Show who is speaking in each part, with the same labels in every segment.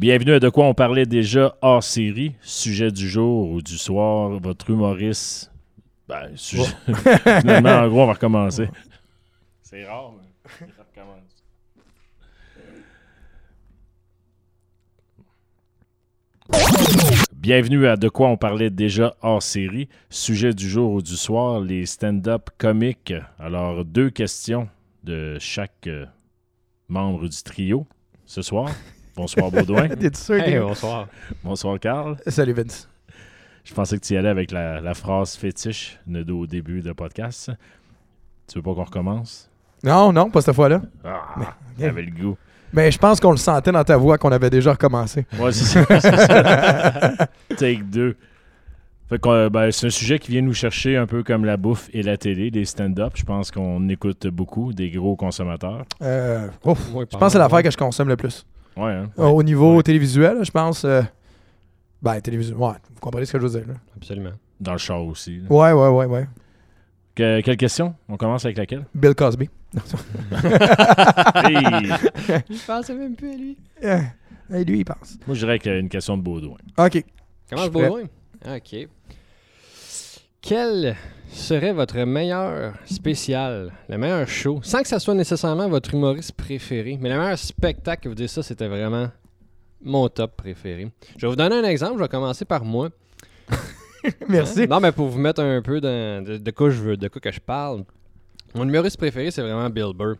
Speaker 1: Bienvenue à De quoi on parlait déjà hors série, sujet du jour ou du soir, votre humoriste. Ben, sujet. Finalement, en gros, on va recommencer. C'est rare, mais on recommence. Bienvenue à De quoi on parlait déjà hors série, sujet du jour ou du soir, les stand-up comiques. Alors, deux questions de chaque euh, membre du trio ce soir. Bonsoir Baudouin.
Speaker 2: T'es sûr
Speaker 3: Hey,
Speaker 2: que...
Speaker 3: bonsoir.
Speaker 1: Bonsoir Carl.
Speaker 2: Salut Vince.
Speaker 1: Je pensais que tu y allais avec la, la phrase fétiche de- au début de podcast. Tu veux pas qu'on recommence?
Speaker 2: Non, non, pas cette fois-là.
Speaker 1: Ah, j'avais le goût.
Speaker 2: Mais je pense qu'on le sentait dans ta voix qu'on avait déjà recommencé.
Speaker 1: Ouais, c'est ça, c'est ça. Take 2. Fait qu'on- ben, c'est un sujet qui vient nous chercher un peu comme la bouffe et la télé, les stand-up. Je pense qu'on écoute beaucoup des gros consommateurs.
Speaker 2: Euh, ouf.
Speaker 3: Ouais,
Speaker 2: je pense que c'est l'affaire que je consomme le plus.
Speaker 1: Ouais, hein?
Speaker 2: Euh, Au niveau télévisuel, je pense... euh, Ben, télévisuel, ouais. Vous comprenez ce que je veux dire, là.
Speaker 3: Absolument.
Speaker 1: Dans le char aussi. là.
Speaker 2: Ouais, ouais, ouais, ouais.
Speaker 1: Que- quelle question? On commence avec laquelle?
Speaker 2: Bill Cosby.
Speaker 1: Hey!
Speaker 3: Je pensais même plus à lui.
Speaker 2: Euh, Et lui, il pense.
Speaker 1: Moi, je dirais qu'il y a une question de Baudouin.
Speaker 2: OK.
Speaker 3: Comment
Speaker 2: Je
Speaker 3: je
Speaker 2: suis prêt.
Speaker 3: Baudouin? OK. Quel serait votre meilleur spécial, le meilleur show, sans que ça soit nécessairement votre humoriste préféré, mais le meilleur spectacle que vous dites ça, c'était vraiment mon top préféré. Je vais vous donner un exemple, je vais commencer par moi.
Speaker 2: Merci.
Speaker 3: Hein? Non, mais pour vous mettre un peu dans- de, de quoi je veux, de quoi que je parle, mon humoriste préféré, c'est vraiment Bill Burr.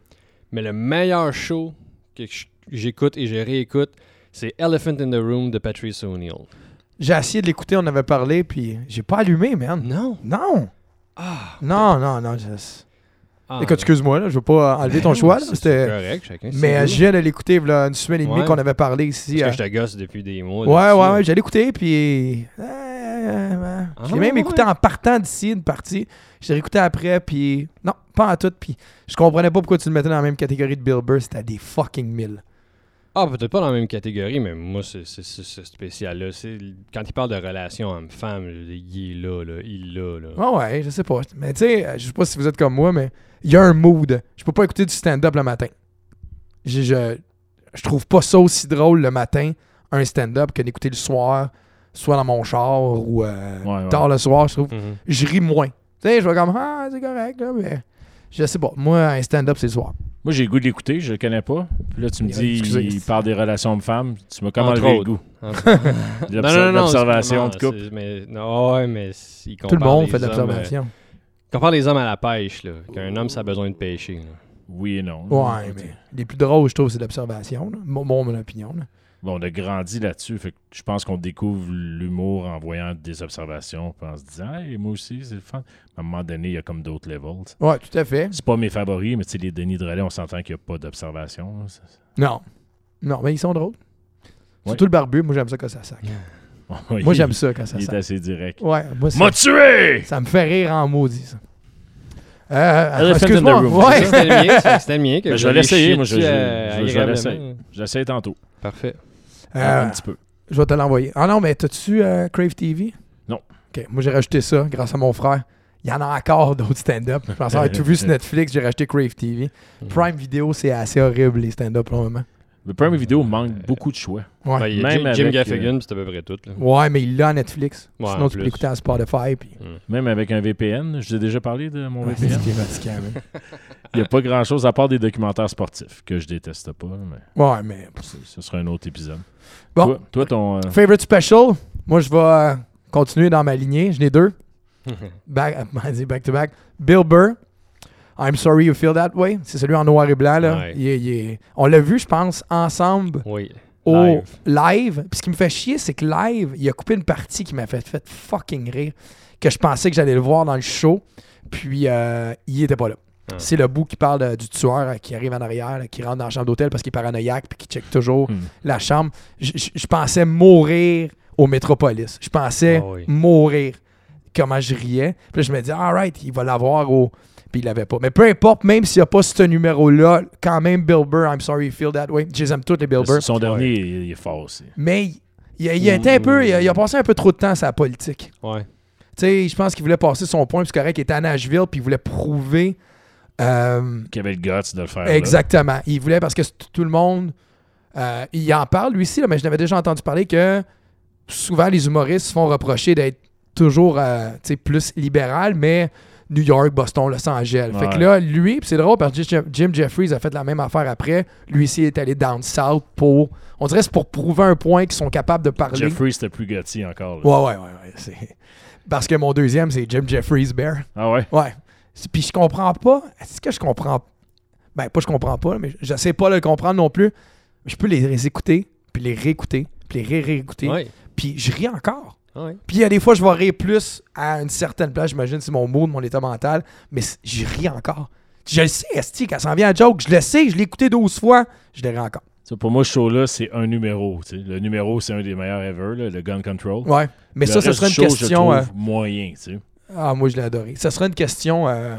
Speaker 3: Mais le meilleur show que je- j'écoute et je réécoute, c'est Elephant in the Room de Patrice O'Neill.
Speaker 2: J'ai essayé de l'écouter, on en avait parlé, puis j'ai pas allumé, man.
Speaker 3: Non.
Speaker 2: Non.
Speaker 3: Ah.
Speaker 2: Non, non, non. je-
Speaker 3: Ah,
Speaker 2: Écoute, excuse-moi, là, je veux pas enlever ton
Speaker 3: non,
Speaker 2: choix. là,
Speaker 3: c'est-
Speaker 2: c'était-
Speaker 3: c'est correct, chacun. ses
Speaker 2: Mais euh,
Speaker 3: goûts.
Speaker 2: je viens de l'écouter, voilà, une semaine et demie
Speaker 3: Ouais.
Speaker 2: qu'on avait parlé ici. euh,
Speaker 3: Parce que je te gosse depuis des mois.
Speaker 2: Ouais,
Speaker 3: là-dessus.
Speaker 2: ouais, ouais, j'ai écouté, puis. euh, euh, ouais.
Speaker 3: Ah,
Speaker 2: je l'ai même
Speaker 3: ouais.
Speaker 2: écouté en partant d'ici, une partie. Je l'ai réécouté après, puis. Non, pas en tout, puis. Je comprenais pas pourquoi tu le mettais dans la même catégorie de Bill Burr, c'était des fucking mille.
Speaker 3: Ah, peut-être pas dans la même catégorie, mais moi, c'est c'est- c'est- ce spécial-là. c'est- Quand il parle de relation homme-femme, il est là, là, il est là. là.
Speaker 2: Ouais, ouais, je sais pas. Mais tu sais, euh, je sais pas si vous êtes comme moi, mais il y a un mood. Je peux pas écouter du stand-up le matin. Je, je, je trouve pas ça aussi drôle le matin, un stand-up, que d'écouter le soir, soit dans mon char ou euh,
Speaker 1: Ouais, ouais.
Speaker 2: tard le soir. Je trouve
Speaker 3: Mhm.
Speaker 2: je ris moins. Tu sais, je vais comme, ah, c'est correct, là, mais je sais pas. Moi, un stand-up, c'est le soir.
Speaker 1: Moi, j'ai le goût de l'écouter, je le connais pas. Puis là, tu me dis,
Speaker 2: Ah, Excusez.
Speaker 1: il parle des relations de femmes. Tu m'as comme
Speaker 3: Entre
Speaker 1: enlevé le
Speaker 3: autres.
Speaker 1: goût.
Speaker 3: Entre-
Speaker 1: L'obser- L'observation de
Speaker 3: c'est-
Speaker 1: couple.
Speaker 3: Mais, non, ouais, mais il
Speaker 2: Tout le monde fait de l'observation.
Speaker 1: euh,
Speaker 3: euh, Compare les hommes à la pêche, là. Qu'un homme, ça a besoin de pêcher. là.
Speaker 1: Oui et non.
Speaker 2: Ouais, mais les plus drôles, je trouve, c'est l'observation. là. Mon, mon, mon opinion. là.
Speaker 1: Bon, on a grandi là-dessus. Fait que je pense qu'on découvre l'humour en voyant des observations. puis en se disant, hey, moi aussi, c'est le fun. À un moment donné, il y a comme d'autres levels. t'sais.
Speaker 2: Ouais, tout à fait.
Speaker 1: C'est pas mes favoris, mais tu sais, les Denis de relais, on s'entend qu'il n'y a pas d'observation. hein, là. C'est-
Speaker 2: Non. Non, mais ils sont drôles. Surtout le barbu, moi, j'aime ça quand ça sac.
Speaker 1: Ouais,
Speaker 2: Moi,
Speaker 1: il-
Speaker 2: j'aime ça quand ça
Speaker 1: Il est
Speaker 2: sac.
Speaker 1: assez direct.
Speaker 2: Ouais, moi, ça,
Speaker 1: M'a tué!
Speaker 2: ça me fait rire en maudit, ça. Euh,
Speaker 1: Elephant in the
Speaker 2: excuse-moi.
Speaker 1: room.
Speaker 2: Ouais.
Speaker 3: Ça, C'était le mien, ça, c'était le mien. Que
Speaker 1: Ben, je
Speaker 3: vous
Speaker 1: vais
Speaker 3: avez
Speaker 1: l'essayer,
Speaker 3: chié
Speaker 1: moi, je-
Speaker 3: dessus,
Speaker 1: je-
Speaker 3: euh,
Speaker 1: je- je vais l'essayer.
Speaker 3: agréablement.
Speaker 1: J'essaie tantôt.
Speaker 3: Parfait.
Speaker 2: Euh,
Speaker 1: Un petit peu.
Speaker 2: je vais te l'envoyer. Ah non, mais t'as-tu euh, Crave TV?
Speaker 1: Non.
Speaker 2: OK, moi, j'ai rajouté ça grâce à mon frère. Il y en a encore d'autres stand-up. Je pense avoir tout vu sur Netflix, j'ai racheté Crave TV.
Speaker 3: Mm.
Speaker 2: Prime Vidéo, c'est assez horrible, les stand-up, pour le moment.
Speaker 1: Le premier vidéo manque
Speaker 3: Euh.
Speaker 1: beaucoup de choix.
Speaker 2: Ouais.
Speaker 3: Ben, il y a
Speaker 1: Même
Speaker 3: Jim- Jim
Speaker 1: avec, euh,
Speaker 3: Gaffigan, puis c'est à peu près tout. là.
Speaker 2: ouais, mais il l'a à Netflix.
Speaker 3: Ouais,
Speaker 2: Sinon,
Speaker 3: en
Speaker 2: tu peux
Speaker 3: plus.
Speaker 2: l'écouter à Spotify. Puis...
Speaker 1: Même avec un VPN. Je vous ai déjà parlé de mon
Speaker 2: Ouais, Ah, c'est
Speaker 1: VPN.
Speaker 2: ce qui est fatigant, hein.
Speaker 1: Il n'y a pas grand-chose à part des documentaires sportifs que je déteste pas, mais
Speaker 2: Ouais, mais...
Speaker 1: c'est- ce sera un autre épisode.
Speaker 2: Bon.
Speaker 1: Toi, toi, ton. euh,
Speaker 2: Favorite special? Moi, je vais euh, continuer dans ma lignée. Je n'ai deux.
Speaker 3: Mm.
Speaker 2: Back, vas-y, back to back. Bill Burr. I'm sorry you feel that way. C'est celui en noir et blanc. Là.
Speaker 3: Ouais.
Speaker 2: Il est- il est- On l'a vu, je pense, ensemble
Speaker 3: oui.
Speaker 2: au live.
Speaker 3: Live.
Speaker 2: Puis ce qui me fait chier, c'est que live, il a coupé une partie qui m'a fait, fait fucking rire, que je pensais que j'allais le voir dans le show, puis euh, il était pas là.
Speaker 3: Ah.
Speaker 2: C'est le bout qui parle euh, du tueur euh, qui arrive en arrière, là, qui rentre dans la chambre d'hôtel parce qu'il est paranoïaque puis qui check
Speaker 3: Mm.
Speaker 2: toujours
Speaker 1: Hmm.
Speaker 2: la chambre. Je- Je je pensais mourir au Métropolis. Je pensais
Speaker 3: Ah oui.
Speaker 2: mourir. Comment je riais. Puis là, je me dis, alright, il va l'avoir au. Puis il l'avait pas. Mais peu importe, même s'il n'y a pas ce numéro-là, quand même, Bill Burr, I'm sorry you feel that way. Je les aime tous, les Bill Burr.
Speaker 1: Son dernier, il, il est fort aussi.
Speaker 2: Mais il, il a, il a été un peu, il a, il a passé un peu trop de temps à sa politique.
Speaker 3: Ouais.
Speaker 2: Tu sais, je pense qu'il voulait passer son point, puis c'est correct, il était à Nashville, puis il voulait prouver. euh,
Speaker 1: Qui avait le guts de le faire. là.
Speaker 2: exactement. Il voulait parce que c'est- tout le monde Euh, il en parle, lui aussi, là, mais je l'avais déjà entendu parler que souvent les humoristes se font reprocher d'être toujours euh, tu sais, plus libéral, mais New York, Boston, Los Angeles. Fait que
Speaker 1: Ouais.
Speaker 2: là, lui, pis c'est drôle parce que Jim- Jim Jeffries a fait la même affaire après. Lui aussi est allé down south pour. On dirait que c'est pour prouver un point qu'ils sont capables de parler.
Speaker 1: Jeffrey, c'était plus gâti encore. là.
Speaker 2: Ouais, ouais, ouais. ouais, c'est- Parce que mon deuxième, c'est Jim Jeffries Bear.
Speaker 1: Ah ouais?
Speaker 2: Ouais. C'est- Puis je comprends pas. Est-ce que je comprends Ben, pas je comprends pas, mais j'essaie pas de le comprendre non plus. Je peux les écouter, puis les réécouter, puis les ré-réécouter.
Speaker 3: Ouais.
Speaker 2: Puis je ris encore.
Speaker 3: Ouais.
Speaker 2: Puis il y a des fois, je vais rire plus à une certaine place. J'imagine c'est mon mood, mon état mental. Mais c- je ris encore. Je le sais, Esti, qu'elle s'en vient à joke. Je le sais, je l'ai écouté 12 fois. Je le ris encore.
Speaker 1: Ça, pour moi, ce show-là, c'est un numéro. tu sais. Le numéro, c'est un des meilleurs ever, là, le Gun Control.
Speaker 2: Ouais. Mais
Speaker 1: Le
Speaker 2: ça, ce
Speaker 1: reste
Speaker 2: serait une
Speaker 1: du show,
Speaker 2: question.
Speaker 1: Je
Speaker 2: euh,
Speaker 1: le trouve moyen, tu sais.
Speaker 2: Ah, moi, je l'ai adoré. Ça serait une question. euh,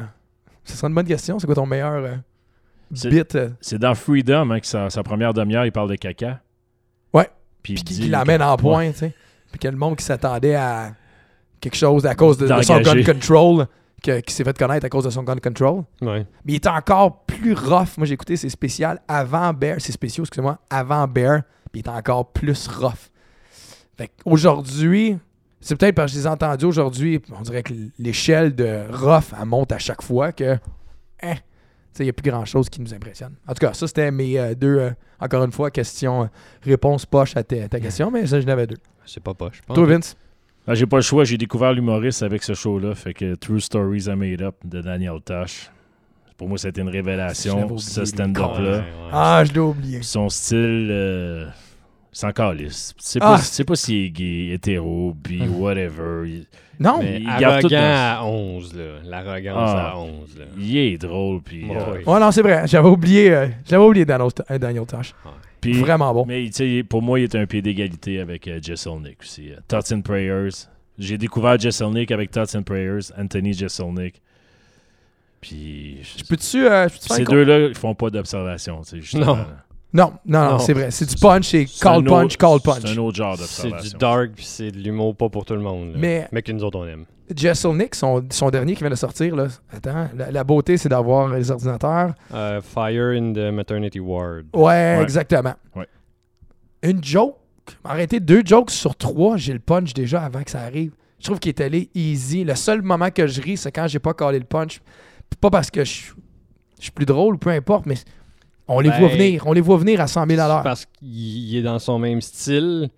Speaker 2: Ça serait une bonne question. C'est quoi ton meilleur euh,
Speaker 1: C'est-
Speaker 2: bit euh,
Speaker 1: C'est dans Freedom hein, que sa, sa première demi-heure, il parle de caca.
Speaker 2: Ouais.
Speaker 1: Puis
Speaker 2: puis
Speaker 1: il
Speaker 2: qui,
Speaker 1: dit-
Speaker 2: qui l'amène en point, tu sais. Puis que le monde qui s'attendait à quelque chose à cause de, de son gun
Speaker 1: D'engager.
Speaker 2: control, que- qui s'est fait connaître à cause de son gun control.
Speaker 3: Ouais.
Speaker 2: Mais il était encore plus rough. Moi, j'ai écouté ses spéciales avant Bear, ses spéciaux, excusez-moi, avant Bear, puis il était encore plus rough. Fait qu'aujourd'hui, c'est peut-être parce que je les ai entendus aujourd'hui, on dirait que l'échelle de rough, elle monte à chaque fois que, hein, tu sais, il n'y a plus grand-chose qui nous impressionne. En tout cas, ça, c'était mes euh, deux, euh, encore une fois, questions, euh, réponse poche à ta, ta question, mais ça, je n'avais deux.
Speaker 3: C'est pas poche. je pense.
Speaker 2: Toi, Vince?
Speaker 1: Ah, j'ai pas le choix, j'ai découvert l'humoriste avec ce show-là. Fait que True Stories I Made Up de Daniel Tosh. Pour moi, c'était une
Speaker 2: Je
Speaker 1: révélation,
Speaker 2: l'avais
Speaker 1: ce
Speaker 2: oublié,
Speaker 1: stand-up-là.
Speaker 3: Ouais, ouais.
Speaker 2: Ah, je l'ai oublié.
Speaker 1: Son style, euh, sans calice. C'est
Speaker 2: Ah! Hum.
Speaker 1: pas, c'est pas s'il est gay, hétéro, bi, whatever. Il,
Speaker 2: Non!
Speaker 3: Mais
Speaker 1: il garde
Speaker 3: arrogant
Speaker 1: tout dans-
Speaker 3: à 11, là. L'arrogance
Speaker 1: Ah.
Speaker 3: à 11, là.
Speaker 1: il est drôle, puis.
Speaker 3: Ouais.
Speaker 1: euh,
Speaker 2: Ouais, non, c'est vrai. J'avais oublié, euh, j'avais oublié Daniel, euh, Daniel Tosh.
Speaker 1: puis-
Speaker 2: Vraiment bon.
Speaker 1: Mais tu sais, pour moi, il est un pied d'égalité avec euh, Jesselnik aussi. Euh, Thoughts and Prayers. J'ai découvert Jesselnik avec Thoughts and Prayers, Anthony Jesselnik. Puis.
Speaker 2: Je peux-tu euh, je peux-tu faire
Speaker 1: Ces
Speaker 2: un
Speaker 1: deux-là, ils font pas d'observation, tu sais, justement.
Speaker 3: Non.
Speaker 2: Non, non, non,
Speaker 3: Non.
Speaker 2: c'est vrai. C'est du punch, c'est
Speaker 1: C'est
Speaker 2: call
Speaker 1: un
Speaker 2: punch,
Speaker 1: autre-
Speaker 2: call
Speaker 1: C'est un
Speaker 2: punch.
Speaker 1: autre genre
Speaker 3: C'est du
Speaker 1: d'observation.
Speaker 3: dark, puis c'est de l'humour pas pour tout le monde. là.
Speaker 2: Mais-
Speaker 3: Mais que nous autres, on aime.
Speaker 2: Jesselnik, son, son dernier qui vient de sortir, là. Attends, la, la beauté, c'est d'avoir les ordinateurs.
Speaker 3: Euh, Fire in the Maternity Ward.
Speaker 2: Ouais,
Speaker 1: Ouais.
Speaker 2: exactement.
Speaker 1: Ouais.
Speaker 2: Une joke. Arrêtez, deux jokes sur trois, j'ai le punch déjà avant que ça arrive. Je trouve qu'il est allé easy. Le seul moment que je ris, c'est quand j'ai pas collé le punch. Puis Pas parce que je, suis- je suis plus drôle, peu importe, mais on les
Speaker 3: Ben,
Speaker 2: voit venir. On les voit venir à 100 000 à l'heure.
Speaker 3: Parce qu'il est dans son même style.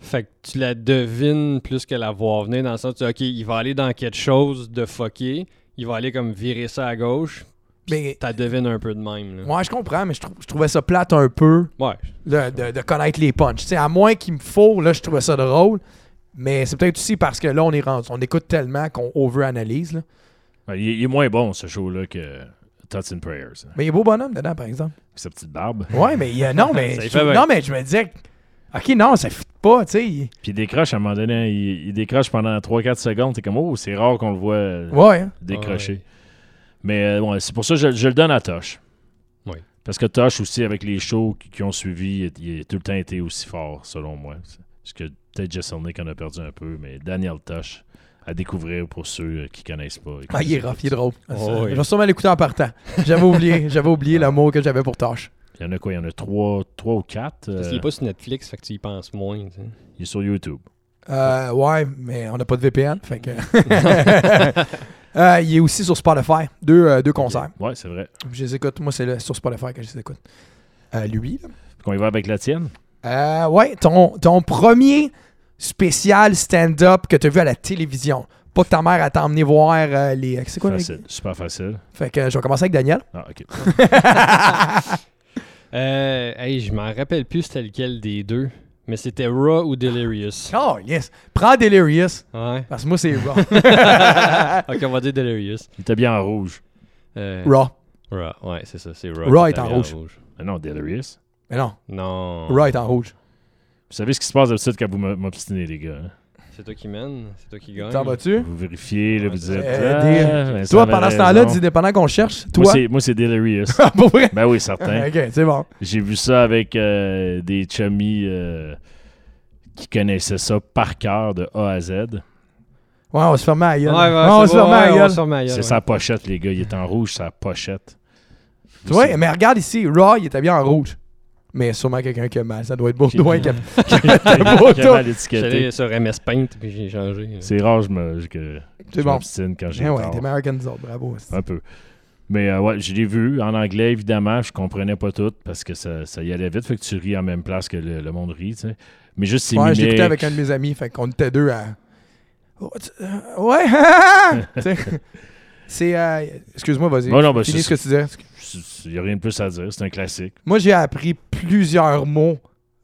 Speaker 3: Fait que tu la devines plus que la voir venir dans le sens, tu dis, OK, il va aller dans quelque chose de fucké. Il va aller comme virer ça à gauche.
Speaker 2: Mais
Speaker 3: T'as devines un peu de même. là.
Speaker 2: moi, je comprends, mais je, trou- je trouvais ça plate un peu.
Speaker 3: Ouais.
Speaker 2: de, de- de connaître les punchs. Tu sais, à moins qu'il me faut, là, je trouvais ça drôle. Mais c'est peut-être aussi parce que là, on est rendu, on écoute tellement qu'on overanalyse. là.
Speaker 1: Ouais, il, il est moins bon, ce show-là, que Thoughts and Prayers. hein.
Speaker 2: Mais il est beau bonhomme dedans, par exemple.
Speaker 1: Sa petite barbe.
Speaker 2: Ouais, mais il y a- non, mais
Speaker 3: Ça y
Speaker 2: je,
Speaker 3: fait bien.
Speaker 2: non, mais je me disais, que- ok, non, ça fit pas, tu sais. il-
Speaker 1: Puis il décroche à un moment donné, il, il décroche pendant 3-4 secondes. T'es comme, oh, c'est rare qu'on le voit euh,
Speaker 2: Ouais, hein.
Speaker 1: décrocher.
Speaker 3: Ouais.
Speaker 1: Mais euh, ouais, c'est pour ça que je, je le donne à Tosh.
Speaker 3: Oui.
Speaker 1: Parce que Tosh aussi, avec les shows qui, qui ont suivi, il, il a tout le temps été aussi fort, selon moi. C'est- Parce que peut-être Jesselnik en a perdu un peu, mais Daniel Tosh à découvrir pour ceux euh, qui connaissent pas.
Speaker 2: Ah, il est rough, il est drôle.
Speaker 3: Oh,
Speaker 2: Ça,
Speaker 3: oui.
Speaker 2: Je vais sûrement l'écouter en partant. J'avais oublié, j'avais oublié le mot que j'avais pour tâche.
Speaker 1: Il y en a quoi? Il y en a trois, trois ou quatre.
Speaker 3: Parce
Speaker 1: euh,
Speaker 3: qu'il est pas sur Netflix, fait que tu y penses moins. tu sais.
Speaker 1: il est sur YouTube.
Speaker 2: Euh, ouais, mais on n'a pas de VPN, fait que. Euh, il est aussi sur Spotify, deux, euh, deux concerts.
Speaker 1: Ouais, c'est vrai.
Speaker 2: Je les écoute, moi, c'est le- sur Spotify que je les écoute. Euh, lui, là.
Speaker 1: Qu'on y va avec la tienne?
Speaker 2: Euh, ouais, ton, ton premier spécial stand-up que tu as vu à la télévision. Pas que ta mère a t'emmené voir euh, les. C'est quoi les-
Speaker 1: facile. Super facile.
Speaker 2: Fait que euh, je vais commencer avec Daniel.
Speaker 1: Ah, ok.
Speaker 3: Euh, hey, je m'en rappelle plus c'était lequel des deux, mais c'était Raw ou Delirious.
Speaker 2: Oh, yes. Prends Delirious.
Speaker 3: Ouais.
Speaker 2: Parce que moi, c'est Raw.
Speaker 3: ok, on va dire Delirious.
Speaker 1: Il était bien en rouge.
Speaker 3: Euh,
Speaker 2: Raw.
Speaker 3: Raw, ouais, c'est ça, c'est Raw.
Speaker 2: Raw
Speaker 3: qui
Speaker 2: est en
Speaker 3: mis
Speaker 2: rouge.
Speaker 1: Mais Ah non, Delirious.
Speaker 2: Mais non,
Speaker 3: Non.
Speaker 2: Raw est en rouge.
Speaker 1: Vous savez ce qui se passe d'habitude quand vous m- m'obstinez, les gars. hein?
Speaker 3: C'est toi qui mène, c'est toi qui gagne.
Speaker 2: T'en vas-tu?
Speaker 1: Vous vérifiez, là, vous dites.
Speaker 2: Euh,
Speaker 1: ah,
Speaker 2: des-
Speaker 1: Vincent
Speaker 2: Toi,
Speaker 1: avait
Speaker 2: pendant ce temps-là,
Speaker 1: raison.
Speaker 2: dis dépendant qu'on cherche.
Speaker 1: Moi,
Speaker 2: Toi. Ah,
Speaker 1: c'est- Moi, c'est Delirious.
Speaker 2: Pour vrai.
Speaker 1: ben oui, certain.
Speaker 2: Ok, c'est bon.
Speaker 1: J'ai vu ça avec euh, des chummies euh, qui connaissaient ça par cœur de A à Z.
Speaker 2: Ouais, on se ferme à la
Speaker 3: Ouais,
Speaker 2: gueule.
Speaker 3: ouais,
Speaker 2: Ouais,
Speaker 3: c'est
Speaker 2: on
Speaker 3: bon,
Speaker 2: se ferme
Speaker 3: ouais,
Speaker 2: à la
Speaker 3: on
Speaker 2: gueule.
Speaker 3: se ferme à la
Speaker 1: C'est
Speaker 3: gueule,
Speaker 1: sa pochette, les gars. Il est en rouge, sa pochette.
Speaker 2: Tu vois, mais regarde ici, Raw, il était bien en rouge. Mais sûrement quelqu'un qui a mal. Ça doit être Baudouin qui a
Speaker 1: Qui a mal
Speaker 3: J'allais
Speaker 1: étiqueté.
Speaker 3: sur MS Paint, puis j'ai changé.
Speaker 1: C'est rare je me, je- que
Speaker 2: C'est
Speaker 1: je
Speaker 2: bon.
Speaker 1: m'obstine quand j'ai
Speaker 2: Ben ouais,
Speaker 1: tort.
Speaker 2: t'es meilleur que nous autres, bravo. c'est-
Speaker 1: Un peu. Mais euh, ouais, je l'ai vu en anglais, évidemment. Je comprenais pas tout parce que ça, ça y allait vite. Fait que tu ris en même place que le, le monde rit, tu sais. Mais juste c'est
Speaker 2: Ouais, je l'écoutais avec un de mes amis, fait qu'on était deux à. Oh, tu- euh, Ouais! ah! Tu sais, C'est. euh, Excuse-moi, vas-y.
Speaker 1: Non, non, ben,
Speaker 2: Finis
Speaker 1: c'est-
Speaker 2: ce que tu disais.
Speaker 1: Il n'y a rien de plus à dire. C'est un classique.
Speaker 2: Moi, j'ai appris plusieurs mots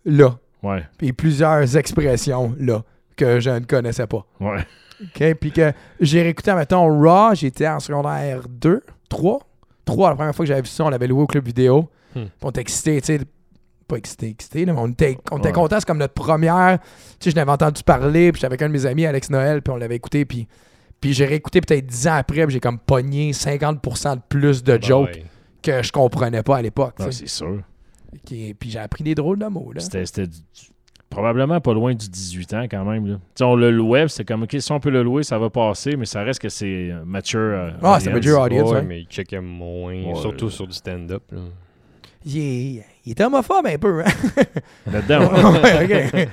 Speaker 2: là,
Speaker 1: Ouais,
Speaker 2: puis plusieurs expressions là, que je ne connaissais pas.
Speaker 1: ouais.
Speaker 2: OK? Puis que j'ai réécouté, mettons, Raw, j'étais en secondaire 2, 3. 3, la première fois que j'avais vu ça, on l'avait loué au club vidéo.
Speaker 3: Hmm.
Speaker 2: Puis on était excités, tu sais. Pas excités, excités, là, mais on était, on était
Speaker 1: Ouais.
Speaker 2: contents. C'est comme notre première. Tu sais, je n'avais entendu parler, puis j'étais avec un de mes amis, Alex Noël, puis on l'avait écouté, puis. Puis j'ai réécouté peut-être 10 ans après, puis j'ai comme pogné 50% de plus de
Speaker 3: Ben
Speaker 2: jokes
Speaker 3: ouais. Ah,
Speaker 2: que je comprenais pas à l'époque. tu
Speaker 1: Non,
Speaker 2: sais.
Speaker 1: c'est sûr.
Speaker 2: Qui- Puis j'ai appris des drôles de mots. Là.
Speaker 1: C'était c'était du- du- probablement pas loin du 18 ans quand même. Là. Tu sais, on le louait. C'est comme, OK, si on peut le louer, ça va passer. Mais ça reste que c'est euh, mature. euh,
Speaker 2: Ah, c'est
Speaker 1: audience.
Speaker 2: mature audience,
Speaker 3: Ouais,
Speaker 2: hein.
Speaker 3: mais il checkait moins,
Speaker 1: Ouais.
Speaker 3: surtout sur du stand-up. là.
Speaker 2: Il est, il est homophobe un peu. Hein?
Speaker 1: Là-dedans, ouais.
Speaker 2: Ouais, ok.